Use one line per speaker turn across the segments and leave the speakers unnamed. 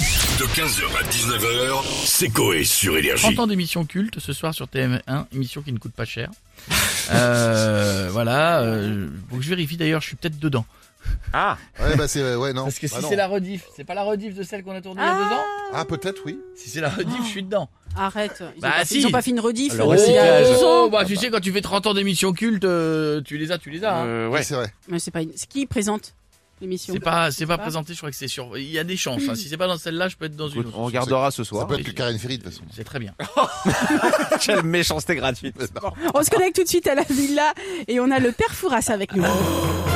De 15h à 19h, c'est Coé sur Énergie.
30 ans d'émission culte ce soir sur TM1, émission qui ne coûte pas cher. Euh, voilà, euh, faut que je vérifie d'ailleurs, je suis peut-être dedans.
Ah
Ouais, bah c'est. Ouais, non.
Parce que si
Bah non.
c'est la rediff, c'est pas la rediff de celle qu'on a tournée il y a deux ans
Ah, peut-être, oui.
Si c'est la rediff, je suis dedans.
Arrête. Ils,
Bah,
ont, pas,
si.
ils ont pas fait une
Ah,
rediff.
Le
euh,
recyclage.
il y a deux ans.
Oh, bah, tu sais, quand tu fais 30 ans d'émission culte, euh, tu les as, tu les as. hein.
euh,
Oui,
ouais.
c'est vrai.
Mais c'est pas une... c'est qui présente l'émission Hein
c'est pas, c'est pas
pas.
présenté, je crois que c'est sur. Il y a des chances. hein. Si c'est pas dans celle-là, je peux être dans une
Écoute,
autre.
on regardera ce
Ça
soir.
peut être que Karine Ferry, de toute façon.
C'est très bien.
Quelle méchanceté gratuite.
On se connecte tout de suite à la villa et on a le père Fouras avec nous.
Oh.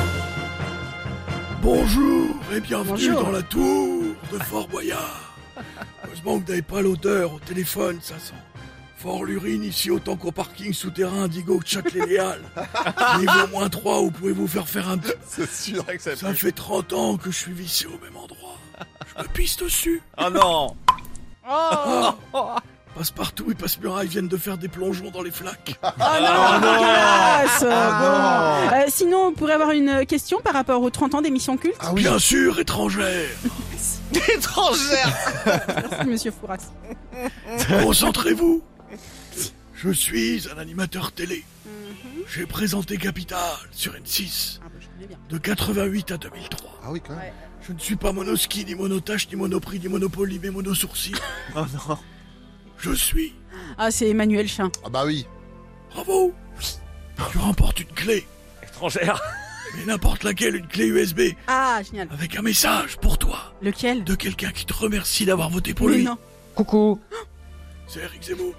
Bonjour et bienvenue
Bonjour.
dans la tour de Fort Boyard. Heureusement que vous n'avez pas l'odeur au téléphone, ça sent. Fort l'urine ici autant qu'au parking souterrain d'Igo Châtelet-Léal. Niveau moins 3, vous pouvez vous faire faire un petit...
C'est sûr.
Ça fait 30 ans que je suis vissé au même endroit. Je me pisse dessus.
Ah
Oh non
Passe partout et passe muraille viennent de faire des plongeons dans les flaques.
Oh
Ah
non, dégueulasse. Bon. Euh, Sinon, on pourrait avoir une question par rapport aux 30 ans d'émission culte,
Ah oui.
Bien sûr, étrangère.
Étrangère
monsieur Fouras.
Concentrez-vous Je suis un animateur télé. J'ai présenté Capital sur N6
Ah, bah, je connais bien.
de 88 à 2003.
Ah oui, quand même.
Je ne suis pas monoski, ni monotache, ni monoprix, ni monopoly, mais monosourcil.
Oh non
Je suis.
Ah, c'est Emmanuel Chin.
Ah bah oui.
Bravo Tu remportes une clé,
Étrangère
mais n'importe laquelle, une clé USB,
Ah, génial.
avec un message pour toi,
Lequel
de quelqu'un qui te remercie d'avoir voté pour
Mais
lui.
non.
Coucou.
C'est Eric Zemmour.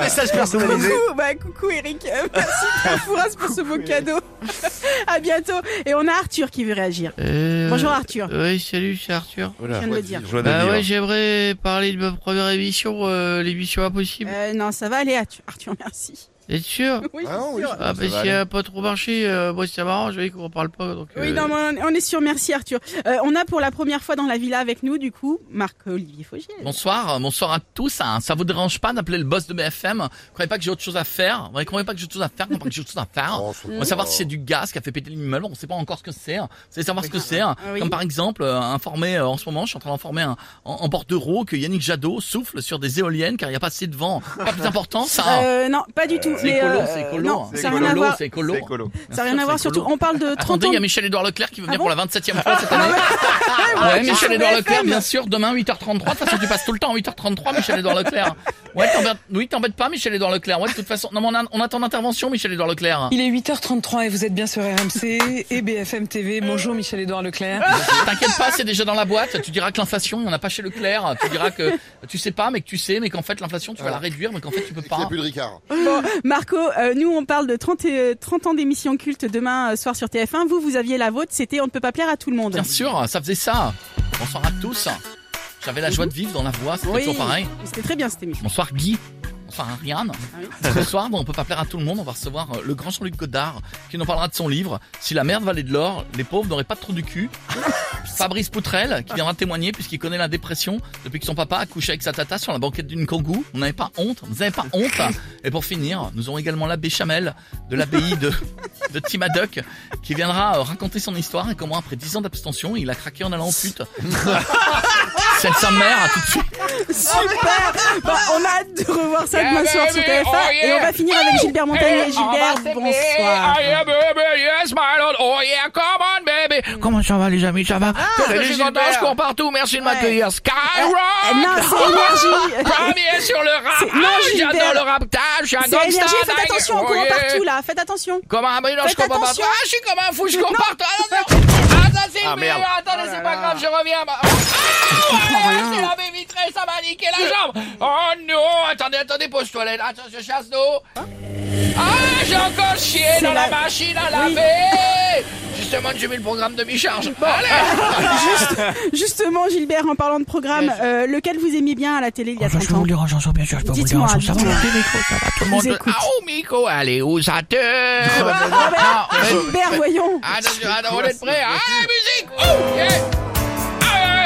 Message personnalisé
Coucou, bah, coucou Eric. Euh, Merci Père Fouras pour ce beau cadeau. à bientôt. Et on a Arthur qui veut réagir.
Euh,
Bonjour Arthur.
Oui, salut, c'est Arthur.
Je viens de le dire.
Joie de
Bah
vivre.
hein.
ouais, j'aimerais parler de ma première émission, euh, l'émission Impossible.
Euh, non, ça va aller Arthur, Arthur, merci.
Êtes sûr
Oui,
Ah non, oui,
sûr.
je-
Ah, bah,
Ça va
si elle
aller.
a pas trop marché, euh, moi, c'est marrant, je voyais qu'on en parle pas, donc.
Oui,
euh,
non, mais on on est sûr, merci Arthur. Euh, on a pour la première fois dans la villa avec nous, du coup, Marc-Olivier Faugier.
Bonsoir, euh, bonsoir à tous. hein. Ça vous dérange pas d'appeler le boss de BFM Croyez pas que j'ai autre chose à faire. Vous croyez pas que j'ai autre chose à faire Croyez pas que j'ai autre chose à faire.
Oh, ça-
On va savoir si c'est du gaz qui a fait péter l'immeuble. On sait pas encore ce que c'est. hein. Vous savez savoir ce que c'est. hein.
Ah oui.
Comme par exemple, euh, informer euh, en ce moment, je suis en train d'informer un- en, en bordereau que Yannick Jadot souffle sur des éoliennes car il n'y a pas assez de vent. Pas plus important ça. hein.
Euh, non, pas du tout.
c'est
mais,
écolo,
euh,
c'est écolo. hein.
Non,
c'est
ça n'a rien à
écolo,
voir.
c'est écolo.
C'est écolo.
Ça n'a rien
sûr,
à voir,
c'est
surtout,
écolo.
on parle de 30
Attendez,
ans.
il y a Michel-Édouard Leclerc qui veut venir
Ah
pour la 27e fois cette année. ouais, Michel-Édouard Leclerc, bien sûr, demain 8h33. De toute façon, tu passes tout le temps en 8h33, Michel-Édouard Leclerc. Ouais, t'embêtes, oui, t'embêtes pas, Michel-Édouard Leclerc. Ouais, de toute façon, non, mais on, a, on attend l'intervention, Michel-Édouard Leclerc.
Il est 8h33 et vous êtes bien sur RMC et BFM TV. Bonjour Michel-Édouard Leclerc.
T'inquiète pas, c'est déjà dans la boîte. Tu diras que l'inflation, on n'a pas chez Leclerc. Tu diras que tu sais pas, mais que tu sais, mais qu'en fait, l'inflation, tu vas la réduire, mais qu'en fait, tu peux
Et qu'il n'y a
pas.
plus de Ricard.
Marco, euh, nous, on parle de 30, et- 30 ans d'émission culte demain euh, soir sur TF1. Vous, vous aviez la vôtre, c'était On ne peut pas plaire à tout le monde.
Bien sûr, ça faisait ça. Bonsoir à tous. J'avais la joie de vivre dans la voix, c'était
Oui,
toujours pareil.
c'était très bien cette émission.
Bonsoir Guy. Bonsoir Ariane.
Ah oui.
Ce soir, bon, on peut pas plaire à tout le monde. On va recevoir euh, le grand Jean-Luc Godard qui nous parlera de son livre Si la merde valait de l'or, les pauvres n'auraient pas de trou du cul. Fabrice Poutrel qui viendra témoigner puisqu'il connaît la dépression depuis que son papa a couché avec sa tata sur la banquette d'une kangou. On n'avait pas honte. Vous n'avez pas honte. Et pour finir, nous aurons également l'abbé Chamel de l'abbaye de, de Timadoc qui viendra euh, raconter son histoire et comment après 10 ans d'abstention, il a craqué en allant en pute. C'est sa mère à tout de suite.
Super Bah, On a hâte de revoir ça demain soir sur TF1. Et on va finir avec Eh, Gilbert Montagnier. Gilbert, bonsoir.
Comment ça va les amis, ça va Je suis content, je cours partout, merci de
Ouais.
m'accueillir.
Euh,
Skyrock
non, c'est énergie.
Premier sur le rap
C'est- non,
Ah,
Gilbert.
J'adore le rap, Ah, je suis un
C'est
gangsta
énergie, faites
dingue.
attention, on
Oh,
court
yeah.
partout là, faites attention.
Comment Ah, mais non, je
Faites
comprends pas
attention.
partout. Ah, je suis comme un fou, je cours
Non. Oh
partout Ah, non, non. Attends, c'est
Ah,
une
merde.
vidéo. Attendez, c'est pas grave, je reviens Ah, ouais, ouais, c'est la baie vitrée, ça m'a niqué la jambe Oh non Attendez, attendez, pose-toi là Attends, je chasse d'eau Ah, j'ai encore chié
Hein C'est
dans la
la-
machine à
Oui.
laver Justement, j'ai mis le programme demi-charge Allez
Ah, Justement, Gilbert, en parlant de programme, euh, lequel vous aimiez bien à la télé il y a 30 ans
dire en chanson, bien sûr, je
peux vous le dire en Dites-moi, chanson. Ça va, dites-moi.
tout le
monde- vous écoute.
Ah, oh, Miko, allez, où ça te
Ah ben, Gilbert, voyons.
Ah, Attention, attends, on est prêts. Ah, musique Oh, yeah Ah,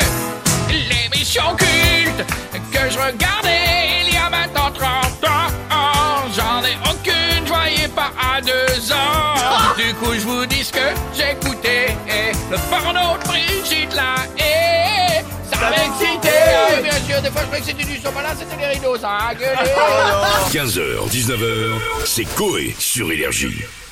ouais. L'émission culte que je regardais il y a maintenant 30 ans. J'en ai aucune, je voyais pas à deux ans. Du coup, je vous dis ce que j'écoutais. Le porno de Brigitte là, et ça m'excitait. monsieur, des fois je croyais que c'était du sopalin, c'était des rideaux, ça a gueulé
15h, 19h, c'est Coé sur Énergie.